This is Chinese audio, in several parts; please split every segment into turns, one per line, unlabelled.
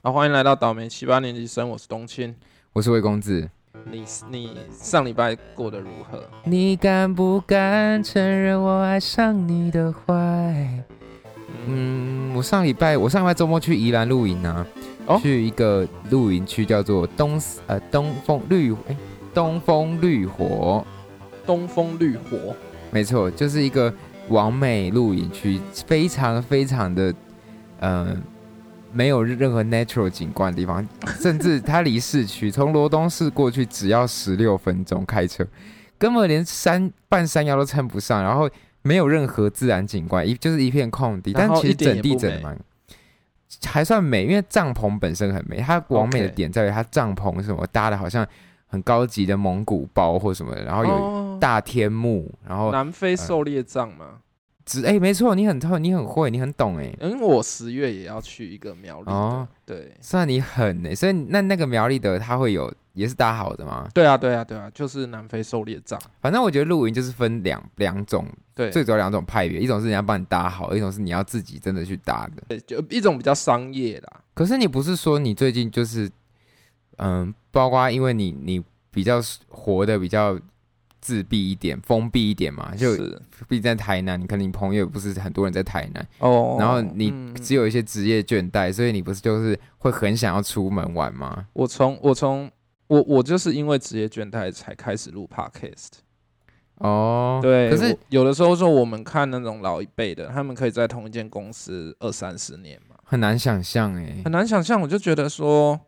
好，欢迎来到倒霉七八年级生，我是冬青。
我是魏公子。
你你上礼拜过得如何？
你敢不敢承认我爱上你的坏？嗯，我上礼拜我上礼拜周末去宜兰露营啊，
哦
去一个露营区叫做东呃东风绿哎东风绿火，
东风绿火，
没错，就是一个完美露营区，非常非常的呃没有任何 natural 景观的地方，甚至它离市区从罗东市过去只要十六分钟开车，根本连山半山腰都称不上，然后没有任何自然景观，一就是一片空地，
然
但
后
其
一
实
点
整
也
地
不
整的
美
蛮。还算美，因为帐篷本身很美。它完美的
OK
点在于它帐篷什么搭的，好像很高级的蒙古包或什么的，然后有
哦
大呃天幕，然后
南非狩猎帐嘛。
只哎、没错，你很透，你很会，你很懂哎、
嗯，我十月也要去一个苗栗的。
哦
对，
算你狠哎、所以那那个苗栗的它会有也是搭好的吗？
对啊，对啊，对啊，就是南非狩猎帐。
反正我觉得露营就是分两两种，
对，
最主要两种派别，一种是人家帮你搭好，一种是你要自己真的去搭的。
对就一种比较商业啦。
可是你不是说你最近就是嗯，包括因为你你比较活的比较自闭一点、封闭一点嘛，就是毕竟在台南，你看你朋友也不是很多人在台南，
哦
然后你
嗯
只有一些职业倦怠，所以你不是就是会很想要出门玩吗？
我从我从我我就是因为职业倦怠才开始录 podcast。
哦，
对，
可是
我有的时候说我们看那种老一辈的，他们可以在同一间公司二三十年嘛，
很难想象哎
很，难想象。我就觉得说，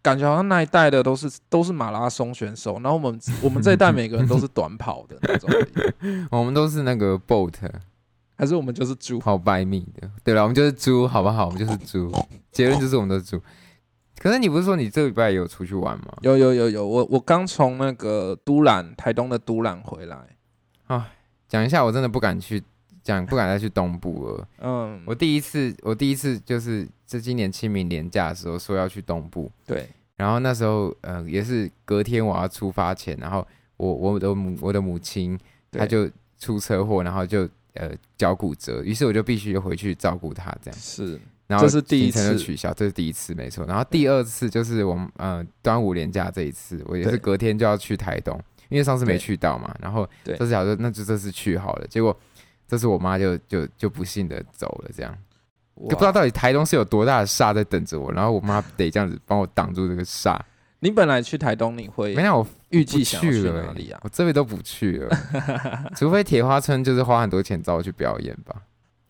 感觉好像那一代的都是都是马拉松选手，然后我们 我们这一代每个人都是短跑的那种而已，
我们都是那个 boat
还是我们就是猪？
跑百米的，对了，我们就是猪，好不好？我们就是猪，结论就是我们都是猪。可是你不是说你这礼拜有出去玩吗？
有有有有，我我刚从那个都兰，台东的都兰回来，
讲一下，我真的不敢去，讲不敢再去东部了。
嗯，
我第一次，我第一次就是这今年清明年假的时候说要去东部，
对，
然后那时候呃也是隔天我要出发前，然后我我的母我的母亲
对
她就出车祸，然后就呃脚骨折，于是我就必须回去照顾她这样。
是
然后
这是第一次
行程就取消，这是第一次没错。然后第二次就是我们呃端午连假这一次，我也
对
是隔天就要去台东，因为上次
对
没去到嘛。然后
对
这次想说那就这次去好了，结果这次我妈就就就不幸的走了这样。
我
不知道到底台东是有多大的煞在等着我，然后我妈得这样子帮我挡住这个煞。
你本来去台东你会
没想到我
预计
不
想要
去
去
了欸、
哪里啊？
我这辈都不去了， 除非铁花村就是花很多钱找我去表演吧。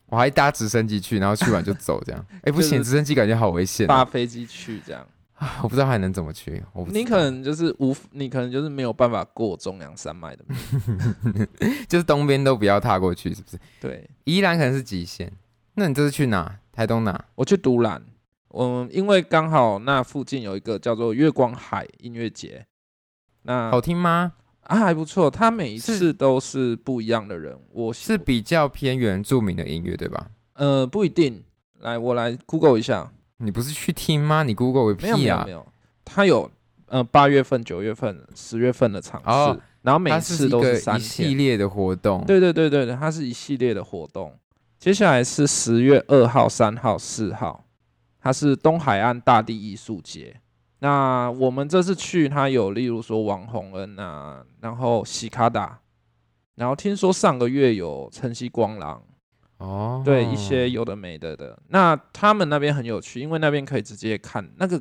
我还搭直升机去，然后去完就走这样。哎、不
就
行，
是
直升机感觉好危险、
搭
啊，
飞机去这样。
我不知道还能怎么去。我不知道
你可能就是无，你可能就是没有办法过中央山脉 的。
就是东边都不要踏过去，是不是？
对，
宜兰可能是极限。那你这次去哪？台东哪？
我去独兰，嗯，因为刚好那附近有一个叫做月光海音乐节，那
好听吗？
啊还不错，他每一
是
次都是不一样的人。我
是比较偏原住民的音乐，对吧？
呃不一定，来我来 Google 一下，
你不是去听吗？你 Google 个
没有
屁
没有
啊
没！有，他有呃八月份、九月份、十月份的场次，
哦
然后每
它
次
是一
都
个
三
一系
天。
列的活动。
对对对对对，它是一系列的活动。接下来是十月二号、三号、四号，它是东海岸大地艺术节。那我们这次去，它有例如说王洪恩啊，然后喜卡达，然后听说上个月有晨曦光廊，
哦，
对一些有的没的的。那他们那边很有趣，因为那边可以直接看那个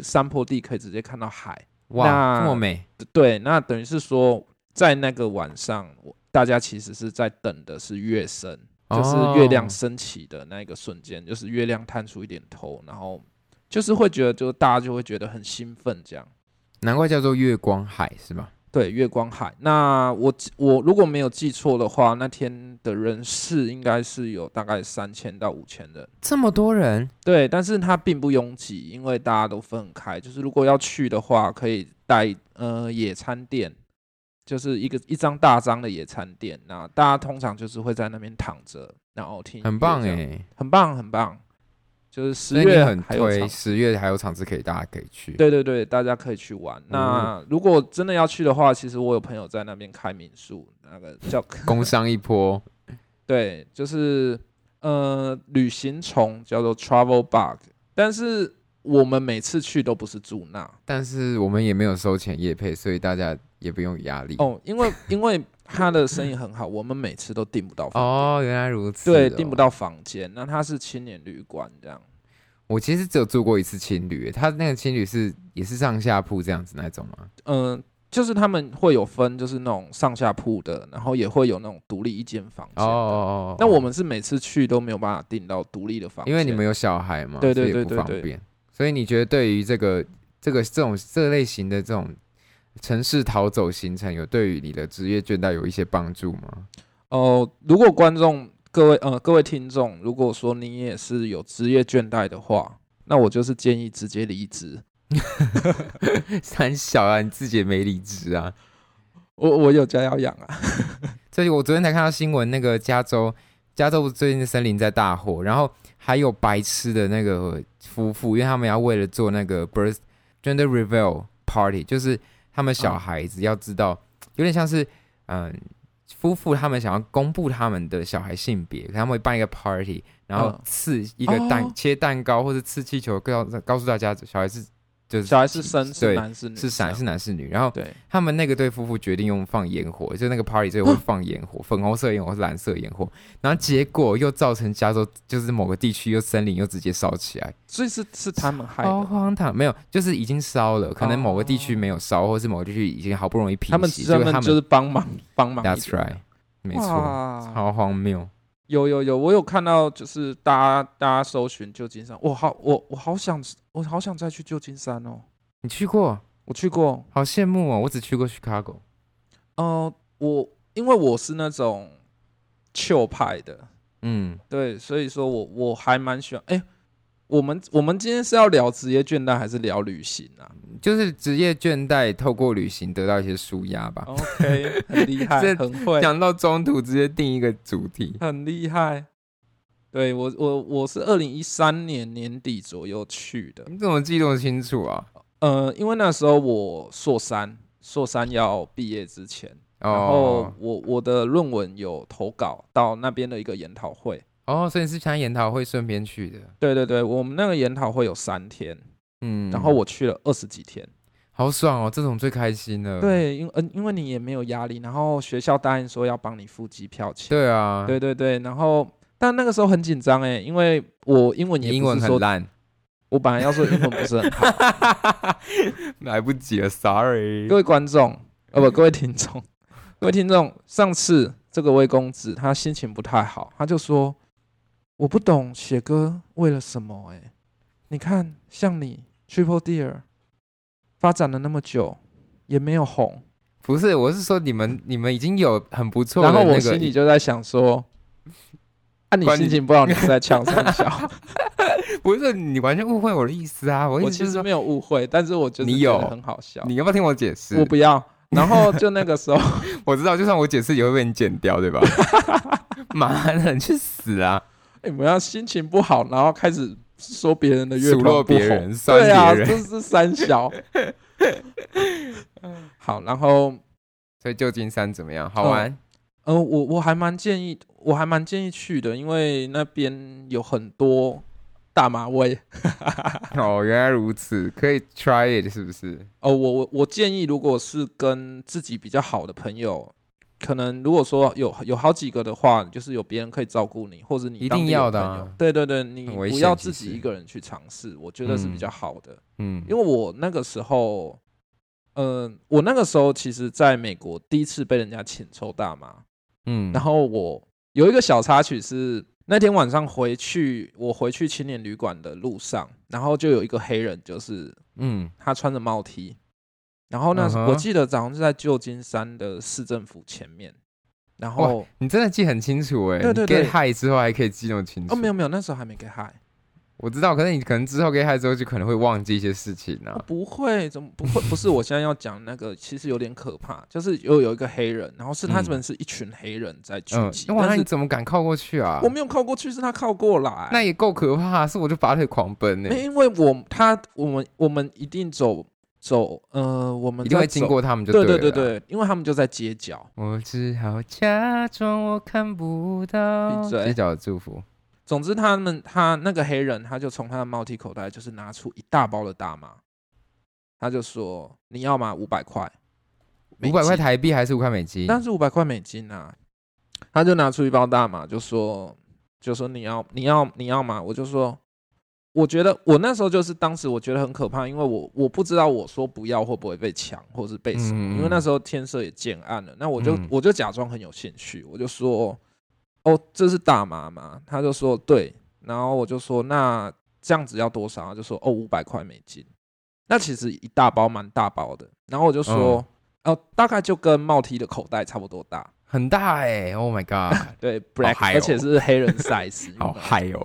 山坡地，可以直接看到海。
哇，
那
这么美，
对，那等于是说，在那个晚上，我大家其实是在等的是月升，就是月亮
哦
升起的那一个瞬间，就是月亮探出一点头，然后就是会觉得，就大家就会觉得很兴奋这样。
难怪叫做月光海是吧？
对，月光海。那我记我如果没有记错的话，那天的人士应该是有大概三千到五千人。
这么多人，
对，但是它并不拥挤，因为大家都分开。就是如果要去的话，可以带呃野餐垫，就是一个一张大张的野餐垫。那大家通常就是会在那边躺着，然后听音乐
很棒
这
哎、
样，很棒，很棒。就是
所
十
以你
月
很
还有
推，
场
十月还有场次可以，大家可以去。
对对对，大家可以去
嗯
玩。那如果真的要去的话，其实我有朋友在那边开民宿，那个 叫
工商一波，
对，就是呃，旅行虫叫做 travel bug，但是我们每次去都不是住那
但是我们也没有收钱业配，所以大家也不用有压力。
哦，因为 因为他的生意很好，我们每次都订不到房
哦，原来如此、
对，订不。到房间。那它是青年旅馆这样，
我其实只有住过一次青旅，他那个青旅是也是上下铺这样子那种吗？
嗯、就是他们会有分，就是那种上下铺的，然后也会有那种独立一间房
哦
间。
哦哦哦。
那我们是每次去都没有办法订到独立的房间，
因为你们有小孩嘛，
对对
所以
对
不
对
方
对
便。所以你觉得对于这个这个这种这类型的这种城市逃走行程，有对于你的职业倦怠有一些帮助吗？
哦，如果观众各位呃各位听众，如果说你也是有职业倦怠的话，那我就是建议直接离职。
很小啊，你自己也没离职啊。
我我有家要养啊，
所以我昨天才看到新闻，那个加州，加州最近的森林在大火，然后还有白痴的那个夫妇，因为他们要为了做那个 birth gender reveal party，就是他们
嗯
小孩子要知道，有点像是嗯、夫妇他们想要公布他们的小孩性别，他们会办一个 party，然后
嗯
刺一个蛋、
哦
切蛋糕或者刺气球，告告诉大家小孩是就是
小孩是生是
对
男是女
是
这
男
样
是男是女，然后
对，
他们那个对夫妇决定用放烟火，就那个 party 最后会放烟火， 粉红色烟火或是蓝色烟火，然后结果又造成加州就是某个地区又森林又直接烧起来，
所以是是他们害的，
好荒唐！没有，就是已经烧了，可能某个地区没有烧，或是某个地区已经好不容易平息，
他们
结
专
果
门
他
就
们
是帮忙帮忙一点
That's
这样。
right，没错，
哇，
超荒谬。
有有有，我有看到，就是大家大家搜寻旧金山，我好我我好想我好想再去旧金山哦，
你去过？
我去过，
好羡慕哦！我只去过 Chicago。
呃，我因为我是那种旧派的，
嗯，
对，所以说我我还蛮喜欢，哎、我们我们今天是要聊职业倦怠还是聊旅行啊
就是职业倦怠，透过旅行得到一些舒压
哦
吧。
？OK，很厉害
这，
很会，
讲到中途直接定一个主题，
很厉害。对我我我是二零一三年年底左右去的，
你怎么记录清楚啊？
呃，因为那时候我硕三，硕三要毕业之前，然后
哦
我我的论文有投稿到那边的一个研讨会。
哦，所以你是参加研讨会顺便去的，
对对对，我们那个研讨会有三天，
嗯
然后我去了二十几天。
好爽哦，这种最开心了。
对，因为、嗯因为你也没有压力，然后学校答应说要帮你付机票钱。
对啊，
对对对，然后但那个时候很紧张哎，因为我英文
你
也
英
不
文
是
很
说，
烂，
我本来要说英文不是很好。
来不及了，sorry
各。位观 众，呃不，各位听众， 各位听众，上次这个魏公子他心情不太好，他就说我不懂写歌为了什么、欸，你看像你 Triple Deer 发展了那么久也没有红，
不是，我是说你们你们已经有很不错的
然后我
那
心
个
里就在想说。啊，你
关
心
你
情不好，你是在呛三 小。
不是你完全误会我的意思啊！我意
我
思
其
就是
实
说，
没有误会，但是我就是
你
觉得
有
很好笑。
你要不要听我解释？
我不要。然后就那个时候，
我知道，就算我解释也会被你剪 掉，对吧？妈的，你去死啊！
你们哎要心情不好，然后开始说别人的乐
数
团
落
不
别
红
人酸
对啊，
别人
这是三 小。好，然后
所以旧金山怎么样？好玩？
呃，我我还蛮建议，我还蛮建议去的，因为那边有很多大马威。
哦，原来如此，可以 try it 是不是？
哦、我我我建议，如果是跟自己比较好的朋友，可能如果说有有好几个的话，就是有别人可以照顾你，或者你
一定
当地有
要的
朋友
啊
对对对，你
很危
不
险
要
其
自己
实
一个人去尝试，我觉得是比
嗯
较好的。
嗯，
因为我那个时候，嗯、我那个时候其实在美国第一次被人家请抽大麻，
嗯
然后我有一个小插曲是那天晚上回去，我回去青年旅馆的路上，然后就有一个黑人，就是
嗯，
他穿着帽 T，然后那、
嗯哼
我记得早上是在旧金山的市政府前面，然后
你真的记很清楚哎、
对对对
你 get high 之后还可以记那么清楚。
哦没有没有，那时候还没给嗨，
我知道，可是你可能之后 get high 之后就可能会忘记一些事情
啊
啊。
不会，怎么不会？不是，我现在要讲那个，其实有点可怕，就是有有一个黑人，然后是他
嗯
们是一群黑人在聚
嗯
集，，
哇，那
但
你
是
怎么敢靠过去啊
我？没有靠过去，是他靠过来。
那也够可怕、是我就拔腿狂奔欸呢、
没因为我他我们我们一定走走，呃，我们
一定会
在走
经，过他们就
对
对
对
了啦。
对，因为他们就在街角。
我只好假装我看不到。
闭嘴
街角的祝福，
总之，他们他那个黑人他就从他的帽 T 口袋就是拿出一大包的大麻，他就说你要吗？五百块，
五百块
美金，
台币还是五块美金？
但是五百块美金啊，他就拿出一包大麻，就说就说你要你要你要吗？我就说。我觉得我那时候就是当时我觉得很可怕，因为我我不知道我说不要会不会被抢，或是被什么，
嗯
因为那时候天色也渐暗了。那我就、
嗯
我就假装很有兴趣，我就说哦，这是大麻吗？他就说对，然后我就说那这样子要多少？他就说哦，五百块美金。那其实一大包蛮大包的，然后我就
嗯
说、哦，大概就跟帽 T 的口袋差不多大，
很大哎、o h my god，
对，black，、
嗨哦
而且是黑人 size，你知
好
道吗
嗨哦！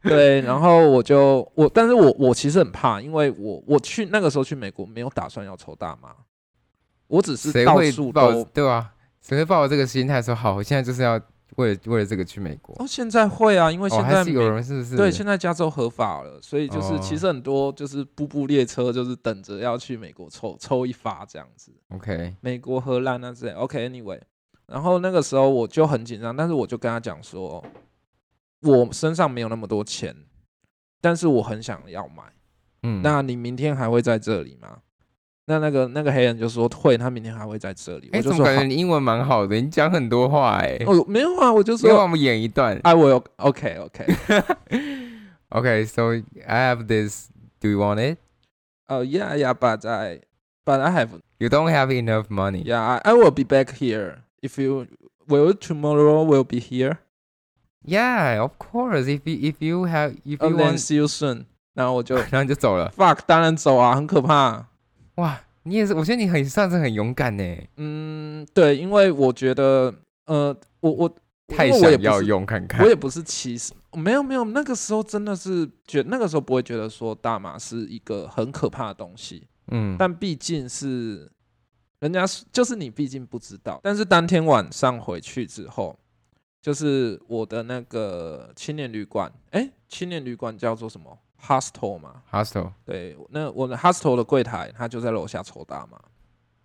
对，然后我就我，但是我我其实很怕，因为我我去那个时候去美国没有打算要抽大麻，我只是
谁
到
会
处
抱
都
对吧、谁会抱着这个心态说好，我现在就是要为了为了这个去美国？
哦，现在会啊，因为现
哦，
在
还是
美、
有人是不是？
对现在加州合法了，所以就是
哦
其实很多就是步步列车就是等着要去美国抽抽一发这样子，
，OK，
美国、荷兰那之类。OK，anyway，、然后那个时候我就很紧张，但是我就跟他讲说，我身上没有那么多钱，但是我很想要买。
嗯，
那你明天还会在这里吗？那那个那个黑人就说会，他明天还会在这里。
哎、
我就
怎
说
么感觉
好
你英文蛮好的？你讲很多话哎、
哦没有啊，我就
要不然
说
我们演一段。
I will OK OK
Okay, so I have this. Do you want it?
呃 yeah yeah but I but I have
You don't have enough money.
yeah I, I will be back here if you will tomorrow will be here
Yeah, of course. If you if you have if you
and then
want，
see you soon。然后我就
然后你就走了。
fuck 当然走啊，很可怕。
哇，你也是，我觉得你很算是很勇敢呢，
嗯，对，因为我觉得呃我我
太
因为我也
想
不
要
是
用看看
我。也不是歧视，没有没有，那个时候真的是觉那个时候不会觉得说大麻是一个很可怕的东西，
嗯，
但毕竟是人家是就是你毕竟不知道。但是当天晚上回去之后，就是我的那个青年旅馆，哎，青年旅馆叫做什么 hostel 嘛？
hostel
对，那我的 hostel 的柜台他就在楼下抽大麻。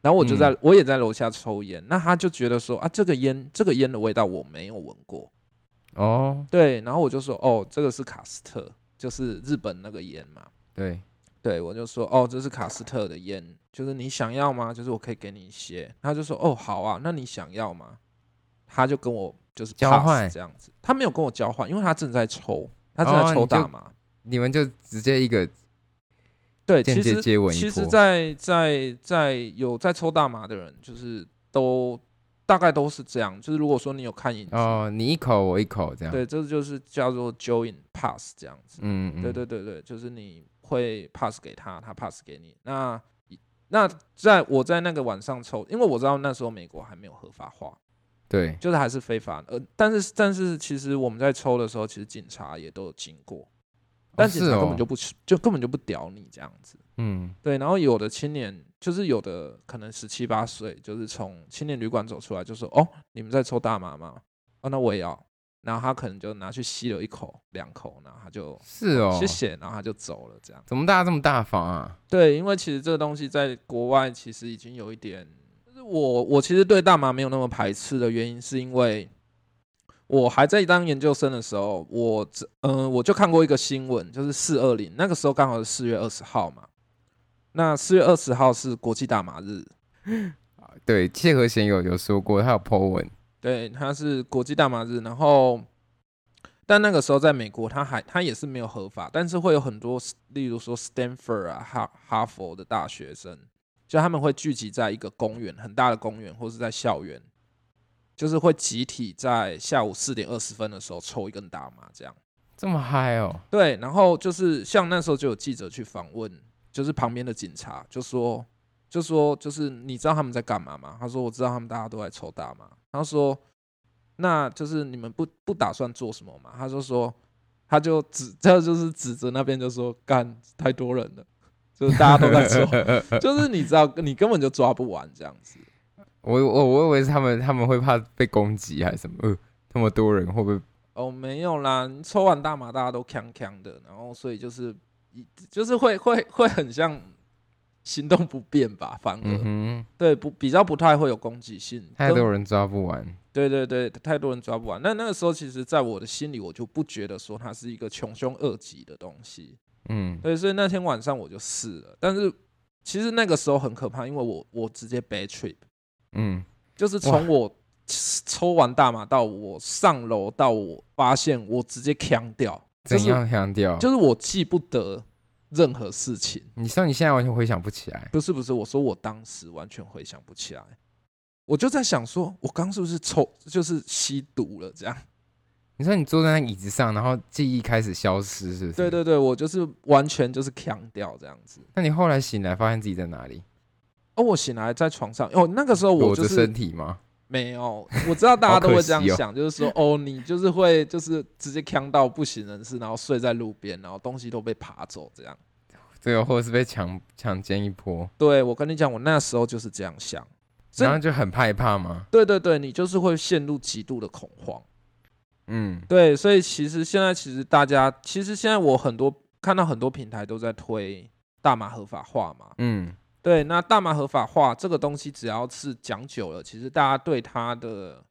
然后我就在、
嗯
我也在楼下抽烟，那他就觉得说啊，这个烟这个烟的味道我没有闻过，
哦，
对，然后我就说，哦，这个是卡斯特，就是日本那个烟嘛。
对，
对，我就说，哦，这是卡斯特的烟，就是你想要吗？就是我可以给你一些。他就说，哦，好啊，那你想要吗？他就跟我就是
交
pass
换
这样子，他没有跟我交换，因为他正在抽，他正在
哦你
抽
就
大麻。
你们就直接一个
对，
间
其
接
实
接吻一
其实
波
在，在在有在抽大麻的人，就是都大概都是这样。就是如果说你有看影集，
哦，你一口我一口这样。
对，这就是叫做 join pass 这样子。
嗯，嗯嗯，
对对对对，就是你会 pass 给他，他 pass 给你。那那在我在那个晚上抽，因为我知道那时候美国还没有合法化，
对，
就是还是非法。呃，但是但是其实我们在抽的时候，其实警察也都有经过，但警
是
察
哦
根本就不、就根本就不屌你这样子。
嗯，
对，然后有的青年就是有的可能十七八岁，就是从青年旅馆走出来，就说：“哦，你们在抽大麻吗？哦，那我也要。”然后他可能就拿去吸了一口、两口，然后他就是
哦，
谢。谢，然后他就走了这样。
怎么大家这么大方啊？
对，因为其实这个东西在国外其实已经有一点，就是我我其实对大麻没有那么排斥的原因，是因为我还在当研究生的时候，我只嗯、我就看过一个新闻，就是四二零，那个时候刚好是四月二十号嘛，那四月二十号是国际大麻日，
对，谢和弦有有说过，他有 po 文，
对，它是国际大麻日，然后。但那个时候在美国，它还它也是没有合法，但是会有很多，例如说 Stanford 啊、哈哈佛的大学生，就他们会聚集在一个公园，很大的公园，或是在校园，就是会集体在下午四点二十分的时候抽一根大麻这样。
这么嗨哦，
对，然后就是像那时候就有记者去访问，就是旁边的警察就说，就说就是你知道他们在干嘛吗？他说我知道他们大家都在抽大麻。他说那就是你们不不打算做什么嘛？他就说他就指他就是指着那边就说干太多人了，就是大家都在抽， 就是你知道你根本就抓不完这样子。
我我我以为是他们他们会怕被攻击还是什么，呃，那么多人会不会？
哦，没有啦，你抽完大麻大家都锵锵的，然后所以就是一就是会会会很像行动不便吧，反而、
嗯哼，
对不比较不太会有攻击性，
太
跟
多人抓不完，
对对对，太多人抓不完。那那个时候，其实在我的心里，我就不觉得说它是一个穷凶恶极的东西。
嗯，
对，所以那天晚上我就试了，但是其实那个时候很可怕，因为我我直接 bad trip，
嗯，
就是从我抽完大麻到我上楼到我发现我直接腔掉，就
怎
是
样强调？
就是我记不得任何事情。
你说你现在完全回想不起来，
不是不是，我说我当时完全回想不起来，我就在想说，我刚是不是抽就是吸毒了这样？
你说你坐在那椅子上，然后记忆开始消失，是不是？
对。对对，我就是完全就是强掉这样子。
那你后来醒来发现自己在哪里？
哦，我醒来在床上，哦，那个时候我
裸
就
着
是
身体吗？
没有，我知道大家都会这样
好可惜哦
想，就是说，哦，你就是会就是直接呛到不省人事，然后睡在路边，然后东西都被爬走这样。
对，或者是被强强奸一波，
对我跟你讲，我那时候就是这样想，所以
然后就很害怕吗？
对对对，你就是会陷入极度的恐慌。
嗯，
对，所以其实现在其实大家，其实现在我很多看到很多平台都在推大麻合法化嘛。
嗯，
对，那大麻合法化这个东西，只要是讲久了，其实大家对它的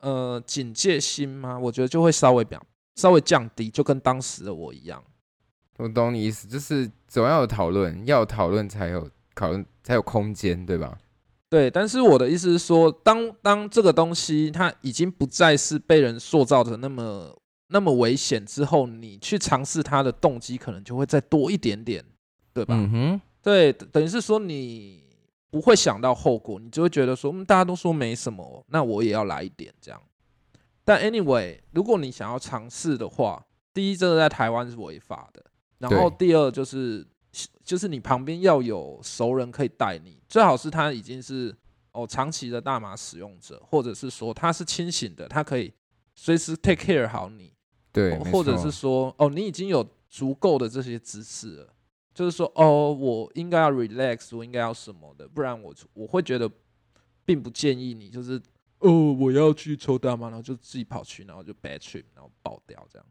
呃警戒心嘛，我觉得就会稍微表稍微降低，就跟当时的我一样。
我懂你意思，就是总要有讨论，要有讨论才有讨论才有空间，对吧？
对，但是我的意思是说，当当这个东西它已经不再是被人塑造的那么那么危险之后，你去尝试它的动机可能就会再多一点点，对吧？
嗯哼，
对，等等于是说你不会想到后果，你就会觉得说，嗯，大家都说没什么，那我也要来一点这样。但 anyway，如果你想要尝试的话，第一，这个在台湾是违法的，然后第二就是就是你旁边要有熟人可以带你，最好是他已经是哦长期的大麻使用者，或者是说他是清醒的，他可以随时 take care 好你，
对，
哦
没
或者
错
是说，哦，你已经有足够的这些知识了，就是说，哦，我应该要 relax，我应该要什么的，不然我我会觉得，并不建议你就是，哦，我要去抽大麻，然后就自己跑去，然后就 bad trip，然后爆掉这样。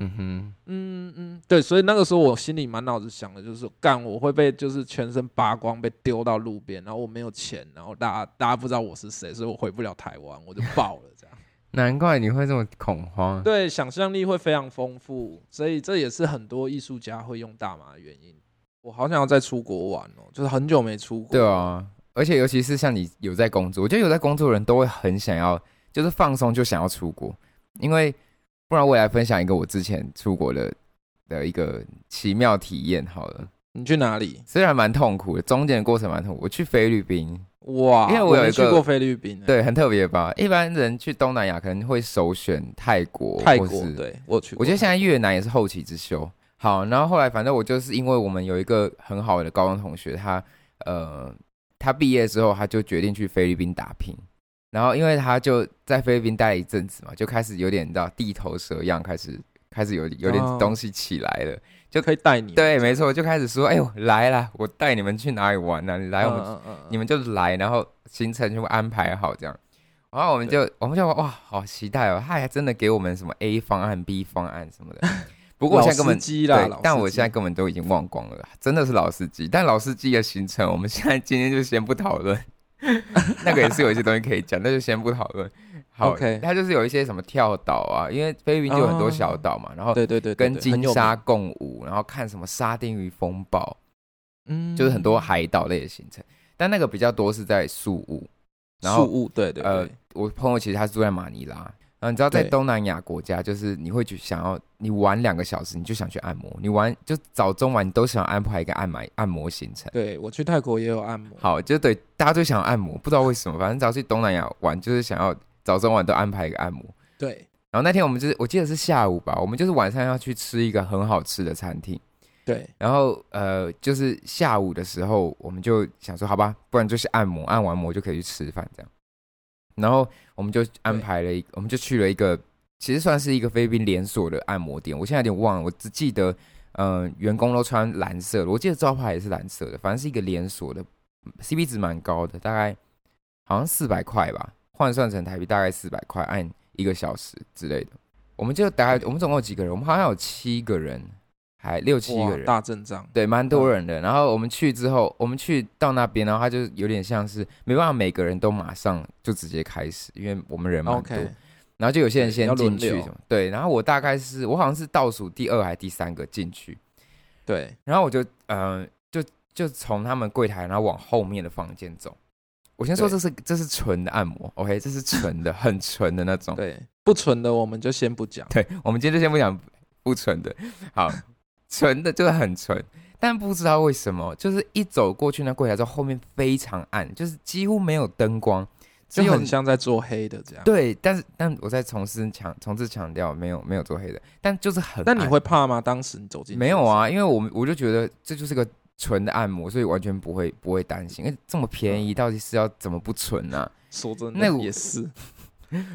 嗯哼，
嗯嗯，对，所以那个时候我心里满脑子想的就是，干我会被就是全身扒光被丢到路边，然后我没有钱，然后大家大家不知道我是谁，所以我回不了台湾，我就爆了这样。
难怪你会这么恐慌。
对，想象力会非常丰富，所以这也是很多艺术家会用大麻的原因。我好想要再出国玩哦，就是很久没出国。
对，啊，而且尤其是像你有在工作，我觉得有在工作的人都会很想要，就是放松就想要出国，因为不然我也来分享一个我之前出国的的一个奇妙体验好了，
你去哪里？
虽然蛮痛苦的，中间的过程蛮痛苦。我去菲律宾，
哇，
因为我
我
有
没
一
去
个
过菲律宾欸，
对，很特别吧？一般人去东南亚可能会首选泰国，
泰
或
国
是，
对我去过。
我觉得现在越南也是后起之秀。好，然后后来反正我就是因为我们有一个很好的高中同学，他呃，他毕业之后他就决定去菲律宾打拼，然后因为他就在菲律宾待了一阵子嘛，就开始有点你知道地头蛇一样，开始开始有有点
哦
东西起来了。
就可以带你，嗯
对，没错，就开始说，哎呦来啦，我带你们去哪里玩呢、你来我们
嗯嗯
你们就来，然后行程全部安排好这样。然后我们就我们就哇，好期待哦！他还真的给我们什么 A 方案、B 方案什么 的。不过我现在根本
老司机啦
对
老
但
司
我
机
现在根本都已经忘光了，真的是老司机。但老司机的行程，我们现在今天就先不讨 论，那个也是有一些东西可以讲，那就先不讨论。好
OK
它就是有一些什么跳岛啊，因为菲律宾就有很多小岛嘛，然后
对对对，对
跟
对
金，
很
沙
有名
共舞，然后看什么沙丁鱼风暴，
嗯
就是很多海岛类的行程，但那个比较多是在宿务。然后
宿雾，对对
呃
对，
我朋友其实他是住在马尼拉，然后你知道在
对
东南亚国家，就是你会去想要你玩两个小时，你就想去按摩，你玩就早中晚你都想安排一个按摩按摩行程。
对我去泰国也有按摩，
好，就对，大家都想要按摩，不知道为什么，反正只要去东南亚玩，就是想要早中晚都安排一个按摩。
对
然后那天我们就是，我记得是下午吧，我们就是晚上要去吃一个很好吃的餐厅。
对，
然后呃，就是下午的时候，我们就想说，好吧，不然就是按摩，按完摩就可以去吃饭这样。然后我们就安排了一，我们就去了一个，其实算是一个菲律宾连锁的按摩店，我现在有点忘了，我只记得，嗯、员工都穿蓝色的，我记得招牌也是蓝色的，反正是一个连锁的嗯，CP 值蛮高的，大概好像四百块吧，换算成台币大概四百块，按一个小时之类的。我们就大概我们总共有几个人？我们好像有七个人，还六七
哇
个人，
大阵仗，
对，蛮
嗯
多人的。然后我们去之后，我们去到那边，然后他就有点像是没办法每个人都马上就直接开始，因为我们人蛮多。
OK，
然后就有些人
对要
先
轮
进去
流
什么，对。然后我大概是我好像是倒数第二还第三个进去，
对，
然后我就嗯、呃就就从他们柜台，然后往后面的房间走。我先说
对
这是这是纯的按摩，OK，这是纯的，很纯的那种。
对，不纯的我们就先不讲。
对，我们今天就先不讲不纯的， 好，纯的就是很纯，但不知道为什么，就是一走过去那柜台之后，后面非常暗，就是几乎没有灯光，只
就
有
很像在做黑的这样。，
对，但是但我在重新强重次强调，没有没有做黑的，但就是很
但你
暗
会怕吗？当时你走进去
哎没有？啊？因为我们我就觉得这就是个纯的按摩，所以完全不会不会担心，因哎为这么便宜，到底是要怎么不纯呢、
说真的，
那我
也是。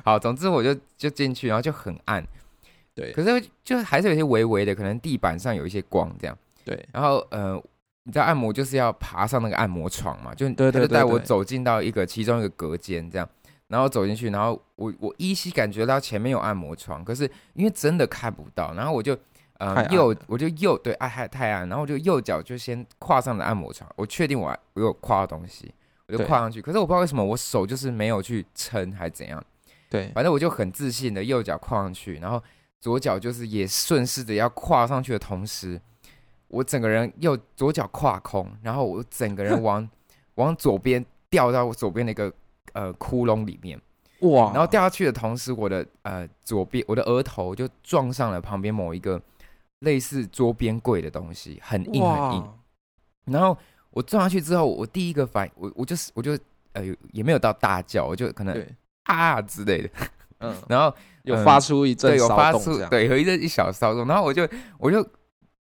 好，总之我就就进去，然后就很暗，
对
可是就还是有一些微微的，可能地板上有一些光这样。
对
然后呃，你知道按摩就是要爬上那个按摩床嘛，就
对对
他就
对
带我
对
走进到一个其中一个隔间这样，然后走进去，然后我我依稀感觉到前面有按摩床，可是因为真的看不到，然后我就。
太
呃，
暗
右我就右对啊，太太暗，然后我就右脚就先跨上了按摩床，我确定我我有跨到东西，我就
对
跨上去，可是我不知道为什么我手就是没有去撑还是怎样，
对，
反正我就很自信的右脚跨上去，然后左脚就是也顺势的要跨上去的同时，我整个人右左脚跨空，然后我整 个人往往左边掉到我左边的一个呃窟窿里面，
哇，
然后掉下去的同时，我的呃左边我的额头就撞上了旁边某一个类似桌边柜的东西，很硬很硬。
哇，
然后我撞下去之后，我第一个反我我就是我就呃也没有到大叫，我就可能
对，
啊之类的，
嗯，
然后。
有
嗯
发出一阵
对，有
骚
发
动
出
这样，
对有一阵一小骚动，然后我就我就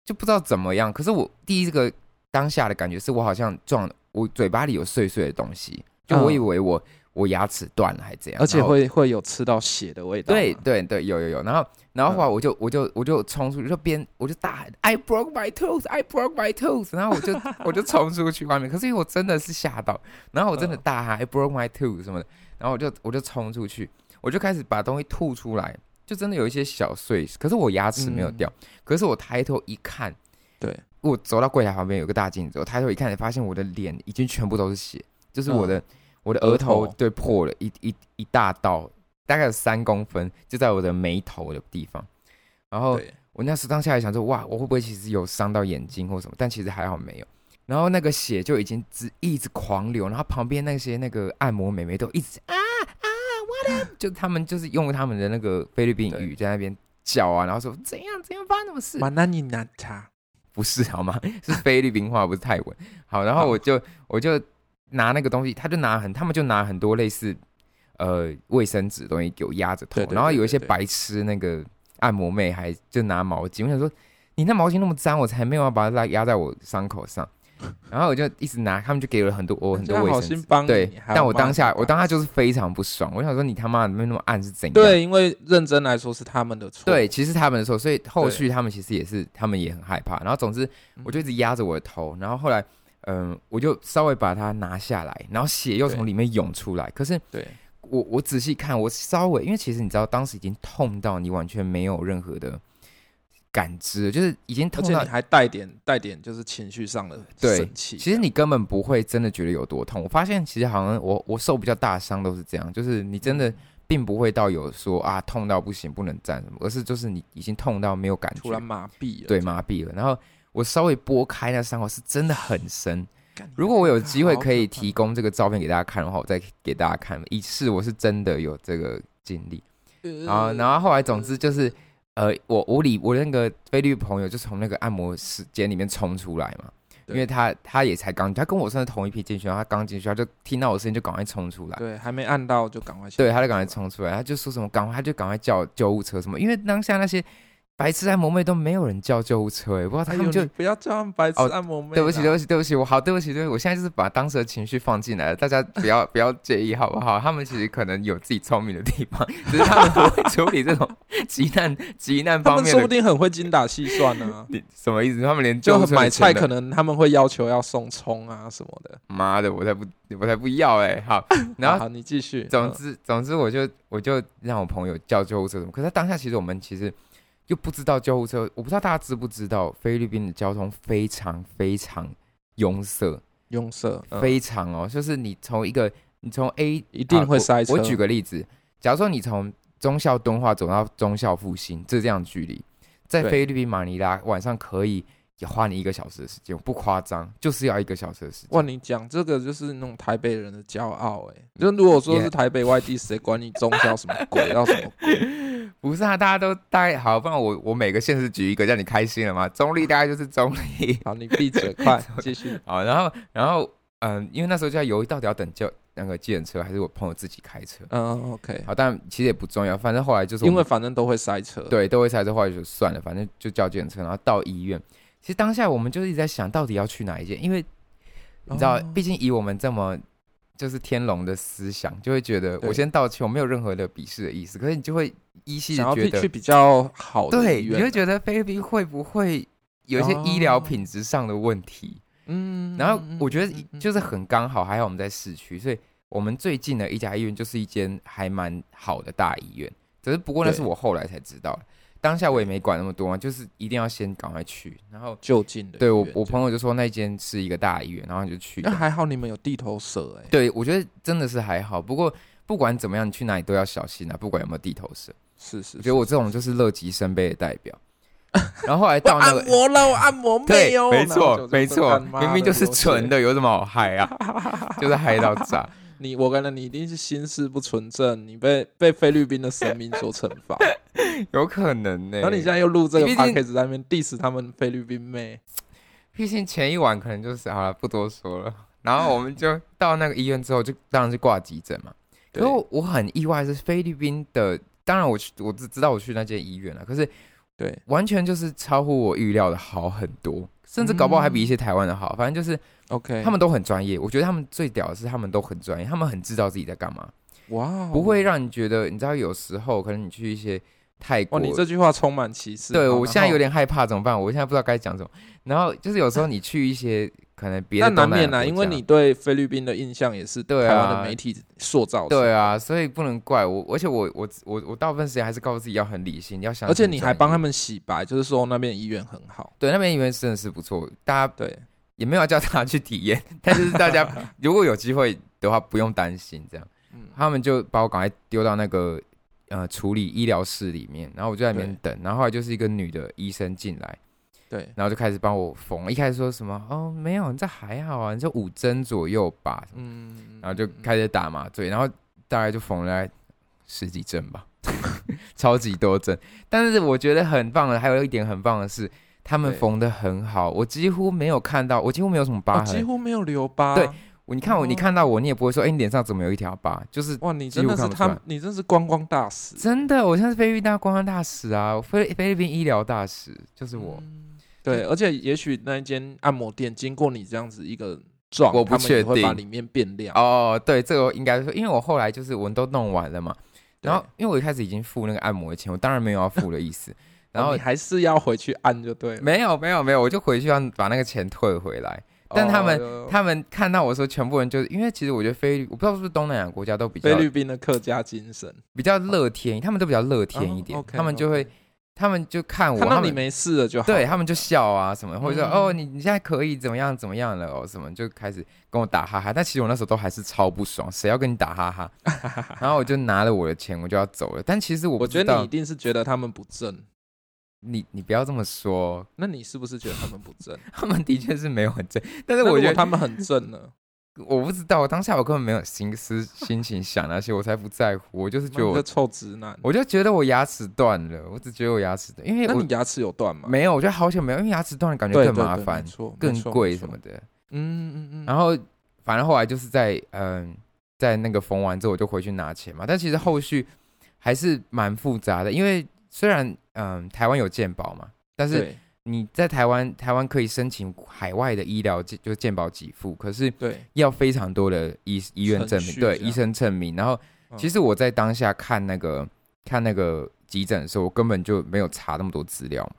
就不知道怎么样，可是我第一个当下的感觉是我好像撞我嘴巴里有碎碎的东西，就我以
嗯
为我、我牙齿断了还怎样，
而且
然后
会会有吃到血的味道吗。嗯
对对对有有有，然后然后后来我就、我就我就冲出去，就边我就大喊 I broke my tooth, I broke my tooth，然后我就我就冲出去外面，可是因为我真的是吓到，然后我真的
嗯
大喊 I broke my tooth 什么的，然后我就我就冲出去，我就开始把东西吐出来，就真的有一些小碎，可是我牙齿没有
嗯
掉，可是我抬头一看，
对，
我走到柜台旁边有个大镜子，我抬头一看，发现我的脸已经全部都是血，就是我的、我的额头
嗯额头
对破了一一一大道，大概有三公分，就在我的眉头的地方。然后
对，
我那时当下也想说，哇，我会不会其实有伤到眼睛或什么？但其实还好没有。然后那个血就已经只一直狂流，然后旁边那些那个按摩美眉都一直啊啊，what up？就他们就是用他们的那个菲律宾语在那边叫啊，然后说怎样怎样发生什么事，
马纳尼纳塔，
不是好吗？ 是菲律宾话，不是泰文。好，然后我就我就拿那个东西，他就拿很，他们就拿很多类似呃卫生纸的东西给我压着头，
对对
然后
对
有一些
对对
白痴那个按摩妹还就拿毛巾，我想说你那毛巾那么脏，我才没有要把它拉压在我伤口上。然后我就一直拿，他们就给了很多我很多
人家
卫
好
生
心
纸。
帮你
对，
还要
但我
帮你
当下
打
我当下就是非常不爽，我想说你他妈的没那么暗是怎样？
对，因为认真来说是他们的错。
对，，其实他们的错，所以后续他们其实也是，他们也很害怕。然后总之，
嗯
我就一直压着我的头，然后后来，嗯，我就稍微把它拿下来，然后血又从
对
里面涌出来。可是
对，
我我仔细看，我稍微，因为其实你知道，当时已经痛到你完全没有任何的感知，就是已经
而
痛
且
到
你，还带点带点就是情绪上的
对
生气。
其实你根本不会真的觉得有多痛。我发现其实好像我我受比较大的伤都是这样，就是你真
嗯
的。并不会到有说啊痛到不行不能站什么，而是就是你已经痛到没有感觉，
突然麻痹了。
对，麻痹了。然后我稍微拨开那伤口是真的很深。
干你
如果我有机会
嗯好
可以
怕
提供这个照片给大家看的话，我再给大家看，以示我是真的有这个经历。然
呃
后，然后后来总之
嗯
就是，呃，我我理我那个菲律宾朋友就从那个按摩室间里面冲出来嘛。因
对
为他他也才刚，他跟我算是同一批进去，然后他刚进去，他就听到我声音就赶快冲出来，
对，还没按到就赶快下
对，
来
他就赶快冲出来，他就说什么赶快，他就赶快叫救护车什么，因为当下那些白痴按摩妹都没有人叫救护车、欸，不知道他
哎
们
呦，
就
你不要叫他们白痴
哦
按摩妹啦。
对不起，对不起，对不起，我好，对不起，对不起，我现在就是把当时的情绪放进来了，大家不要 不要介意，好不好？他们其实可能有自己聪明的地方， 只是他们不会处理这种急难 急难
他
方
们
面
说不
的。
定很会精打细算呢、
你什么意思？他们连
就
救护车
买
的
菜
钱都
可能他们会要求要送葱啊什么的。
妈的，我才不我才不要哎、好，然
好
后
好你继续。
总
嗯
之总之我就我就让我朋友叫救护车什么，可是他当下其实我们其实。又不知道救护车，我不知道大家知不知道，菲律宾的交通非常非常拥塞，
拥塞，嗯
非常哦，就是你从一个你从 A
一定会塞车。
啊我举个例子，假如说你从中校敦化走到中校复兴，这这样的距离，在
对
菲律宾马尼拉晚上可以也花你一个小时的时间，我不夸张，就是要一个小时的时
哇，
间。
你讲这个就是那种台北人的骄傲哎、就如果说
Yeah
是台北外地，谁管你中校什么 鬼，要什么鬼？
不是啊，大家都大概好，不然我我每个县市举一个，让你开心了吗？中立大概就是中立，
好，你闭嘴， 快继续。
好，然后然后嗯，因为那时候就在犹豫到底要等叫那个计程车，还是我朋友自己开车。
嗯，OK，
好，但其实也不重要，反正后来就是我
因
们
为反正都会塞车。，
对，都会塞车，后来就算了，反正就叫计程车，然后到医院。其实当下我们就是一直在想到底要去哪一间，因为你知道，
哦
毕竟以我们这么就是天龙的思想，就会觉得
对
我先道歉，我没有任何的鄙视的意思。可是你就会依稀
想要
的觉
去去
得，
比较好的
对，
医
你
院啊哦
会觉得菲律宾会不会有一些医疗品质上的问题？
嗯，
然后
嗯
我觉
嗯嗯
得
嗯
就是很刚好，还好我们在市区，所以我们最近的一家医院就是一间还蛮好的大医院。只是不过那
对
是我后来才知道，当下我也没管那么多嘛，啊就是一定要先赶快去。然后
就近的医院。
对我我
友
朋友就说那间是一个大医院，然后就去
那。还好你们有地头蛇哎、
对我觉得真的是还好，不过不管怎么样，你去哪里都要小心啊，不管有没有地头蛇。
是是是，
我觉得我这种就是乐极生悲的代表。然后后来到那 个
按摩了，我按摩没
对
有，，
没
然后就
错，没错，
啊
明明就是蠢。
干妈
的，有什么好嗨啊？ 就是嗨到炸。
你我感觉你一定是心事不纯正，你被被菲律宾的神明所惩 罚。
有可能呢、
然后你现在又录这个
毕竟
podcast 在那边 diss 他们菲律宾妹，
毕竟前一晚可能就是好了，不多说了。然后我们就到那个医院之后，就当然是挂急诊嘛。可
对
是我我很意外，是菲律宾的，当然我去我只知道我去那间医院啊了，可是
对，
完全就是超乎我预料的好很多，甚至搞不好还比一些台湾的好。反正就是
OK，
他们都很专业，我觉得他们最屌的是他们都很专业，他们很知道自己在干嘛，
哇哦
不会让你觉得你知道有时候可能你去一些泰国
哇，哦你这句话充满歧视。
对
好
我现在
然
有。
后
点害怕，怎么办？我现在不知道该讲什么。然后就是有时候你去一些可能别的
那难
东南亚
免啊，
国
因为
家
你对菲律宾的印象也是
对
台湾
啊
的媒体塑造。
对，啊，所以不能怪我。而且我我我我大部分时间还是告诉自己要很理性，要想。
而且你还帮他，们洗白，就是说那边医院很好。
对那边医院真的是不错，大家
对，
也没有要叫大家去体验，但就是 大家如果有机会的话，不用担心这样。
嗯，
他们就把我赶快丢到那个呃处理医疗室里面，然后我就在那边等，然后后来就是一个女的医生进来。
对，
然后就开始帮我缝。一开始说什么哦，没有，你这还好啊，你就五针左右吧。
嗯，
然后就开始打麻醉，然后大概就缝了大概十几针吧， 超级多针。但是我觉得很棒的，还有一点很棒的是，他们
对
缝的很好，我几乎没有看到，我几乎没有什么疤
哦几
痕。
乎没有留疤。
对，我你看我，
哦
你看到我，你也不会说，哎，你脸上怎么有一条疤？就是
哇，你
几
真
乎
的是
看不出
他
来，
你真是观光大使。
真的，我现在是菲律宾大观光大使啊，菲菲律宾医疗大使就是我。
嗯对，而且也许那一间按摩店经过你这样子一个撞，
我不
他们也
确
会把
定
里面变亮。
哦，对，这个应该说，因为我后来就是我们都弄完了嘛，
对
然后因为我一开始已经付那个按摩的钱，我当然没有要付的 意思，然
哦
后
你还是要回去按就对了。
没有没有没有，我就回去要把那个钱退回来。但他们
哦
他们看到我说，全部人就是因为其实我觉得菲律，我不知道是不是东南亚国家都比
菲
较
律宾的客家精神，
比较乐天，他们都比较乐天一
哦
点，
，OK，
他们就
OK
会他们就看我，
看
他
到
们
你没事了就好。
对他们就笑啊什么，或者说、
嗯
哦你你现在可以怎么样怎么样了哦什么，就开始跟我打哈哈。但其实我那时候都还是超不爽，谁要跟你打哈哈？然后我就拿了我的钱，我就要走了。但其实我不
我觉
知
得你
道
一，定是觉得他们不正，
你你不要这么说，
那你是不是觉得他们不 正？
他们的确是没有很正， 但
那
是
如
我
果
觉得
他们很正呢？
我不知道，当下我根本没有心 思心情想那些，我才不在乎，我 就是觉得
妈你个
我
臭直男。
我就觉得我牙齿断了，我只觉得我牙齿断，因为
那
我
你牙齿有断吗？
没有，我觉得好久没有，因为牙齿断了感觉
对，
更
对
麻
对
烦
没、错没
更
错
贵
没
什
错
么的。
嗯嗯嗯嗯。
然后反正后来就是在嗯、在那个缝完之后，我就回去拿钱嘛。但其实后续还是蛮复杂的，因为虽然嗯、台湾有健保嘛，但是
对
你在台湾台湾可以申请海外的医疗健就是健保给付，可是
对，
要非常多的医医院证
程
明，
序
对
这样
医生证明。然后
嗯
其实我在当下看那个看那个急诊的时候，我根本就没有查那么多资料嘛，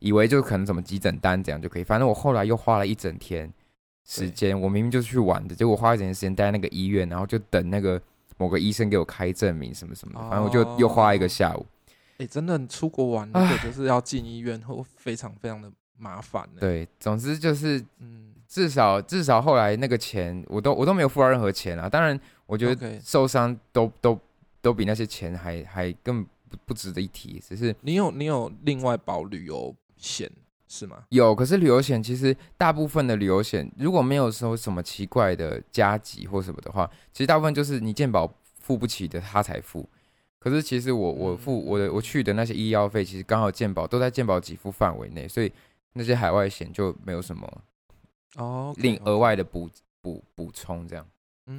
以为就可能什么急诊单这样就可以。反正我后来又花了一整天时间，我明明就是去玩的，结果花了一整天时间待在那个医院，然后就等那个某个医生给我开证明什么什么的。
哦
反正我就又花一个下午。
哎，真的，你出国玩如果就是要进医院，会非常非常的麻烦呢。，
对，总之就是
嗯，
至少至少后来那个钱，我都我都没有付到任何钱啊。当然，我觉得
OK
受伤都都都比那些钱还还更不不值得一提。只是
你有你有另外保旅游险是吗？
有，可是旅游险其实大部分的旅游险如果没有说什么奇怪的加急或什么的话，其实大部分就是你健保付不起的他才付。可是其实我我付我的我去的那些医药费，其实刚好健保都在健保给付范围内，所以那些海外险就没有什么
哦，OK，
另
OK
额外的补补补充这样。
嗯嗯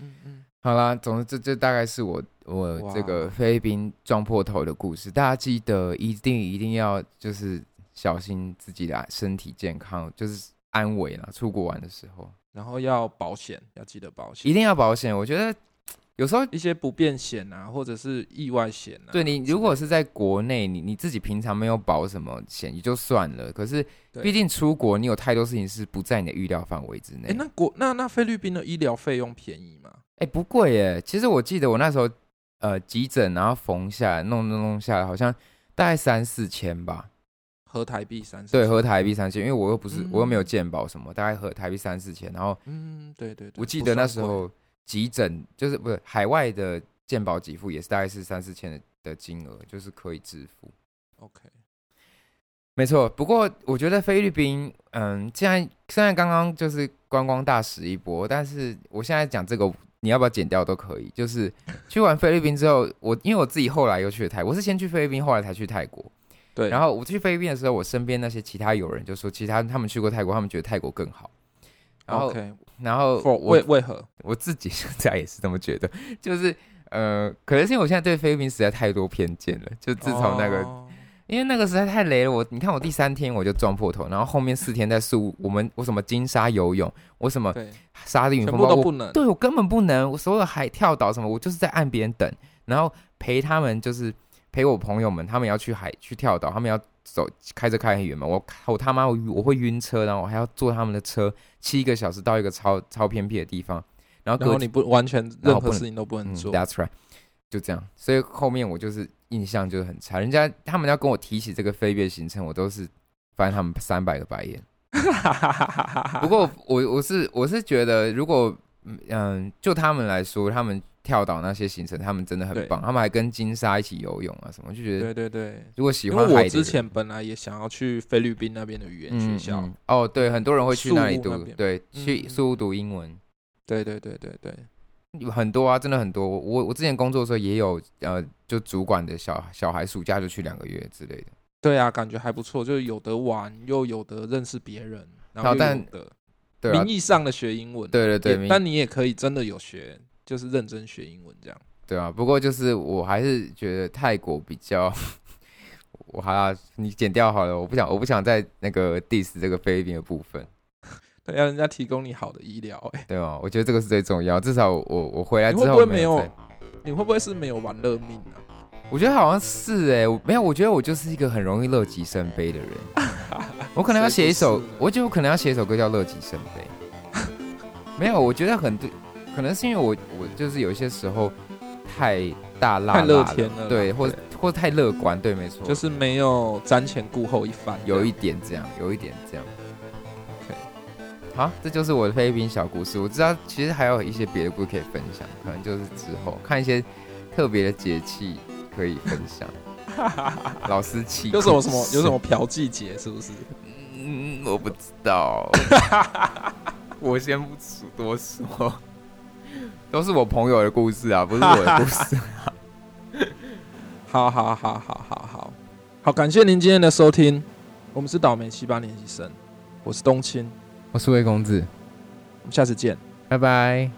嗯嗯
好啦，总之这这大概是我我
哇
这个菲律宾撞破头的故事。大家记得一定一定要就是小心自己的身体健康，就是安危啦。出国玩的时候
然后要保险，要记得保险，
一定要保险。我觉得有时候
一些不便险啊，或者是意外险啊。
对你如果是在国内，你你自己平常没有保什么险也就算了，可是
对
毕竟出国，你有太多事情是不在你的预料范围之内。
哎，那国那那菲律宾的医疗费用便宜吗？
哎、不贵耶！其实我记得我那时候，呃，急诊然后缝下来，弄弄弄下来，好像大概三四千吧。
合台币三十。
对，合台币三千，因为我又不是，
嗯
我又没有健保什么，大概合台币三四千。然后
嗯，对对对。
我记
不
得那
算
时
贵
候急诊就是不是海外的健保给付也是大概是三四千的的金额，就是可以支付。
OK，
没错，不过我觉得菲律宾，嗯，现在虽然刚刚就是观光大使一波，但是我现在讲这个，你要不要剪掉都可以。就是去完菲律宾之后，我因为我自己后来又去了泰国，我是先去菲律宾，后来才去泰国。
对，
然
后
后我去菲律宾的时候，我身边那些其他友人就说，其他他们去过泰国，他们觉得泰国更好。然后
OK，
然后
for-
我
为为何？
我自己现在也是这么觉得，就是呃，可能是因为我现在对菲律宾实在太多偏见了，就自从那个
哦
因为那个实在太雷了，我你看我第三天我就撞破头，然后后面四天在宿，我们我什么金沙游泳，我什么
对，
沙地云
全
风
部
暴，
都
我
不能。
对我根本不能，我所有海跳岛什么，我就是在岸边等，然后陪他们就是陪我朋友们，他们要去海去跳岛，他们要走开车开很远嘛，我我他妈我我会晕车，然后我还要坐他们的车七个小时到一个超超偏僻的地方，然后
然
隔
后你不完全
然
任
后不
何
能
事情都不能做
嗯、。That's right，就这样。所以后面我就是印象就是很差，人家他们要跟我提起这个飞跃行程，我都是翻他们三百个白眼。 不过我我是我是觉得，如果嗯嗯，就他们来说，他们跳岛那些行程，他们真的很
对
棒，他们还跟金沙一起游泳啊什么，就觉得
对对对，
如果喜
因
欢
为
海
我
的
之
人
前本来也想要去菲律宾那边的语言学校，
嗯嗯哦，对，很多人会去那里
宿务那
读，
边
对，
嗯
去
嗯
苏读英文。
对对对对对，
有很多啊，真的很多。我我之前工作的时候也有，呃，就主管的小小孩暑假就去两个月之类的。
对啊，感觉还不错，就是有得玩，又有得认识别人，然
好
后又
但
有的
对啊
名，义上的学英文，
对对对，
也
明
但你也可以真的有学，就是认真学英文这样。
对啊。不过就是我还是觉得泰国比较，我还要你剪掉好了，我不想我不想再那个 diss 这个菲律宾的部分，
对，要人家提供你好的医疗、哎，
对啊吗？我觉得这个是最重要，至少我我我回来
你会
之
不
后
会没
有
有
再。？
你会不会是没有玩乐命啊？
我觉得好像是哎、我没有，我觉得我就是一个很容易乐极生悲 的人。我可能要写
谁
一首
不是，呢
我觉得我可能要写一首歌叫《乐极生 悲》。没有，我觉得很对，可能是因为我我就是有一些时候太大辣
太
辣
乐天了啦
对，或者
对
或者太乐观，对，没错，
就是没有瞻前顾后一番，
有一点这样，有一点这样。
OK
好，这就是我的菲律宾小故事。我知道其实还有一些别的故事可以分享，可能就是之后看一些特别的节气可以分享。老司 机
有什么什么有什么？嫖妓节是不是？
嗯，我不知 道，我先不多说，都是我朋友的故事啊，不是我的 故事。
好好好好好好好，感谢您今天的收听，我们是倒霉七八年级生，我是冬青，
我是魏公子，
我们下次见。
拜拜。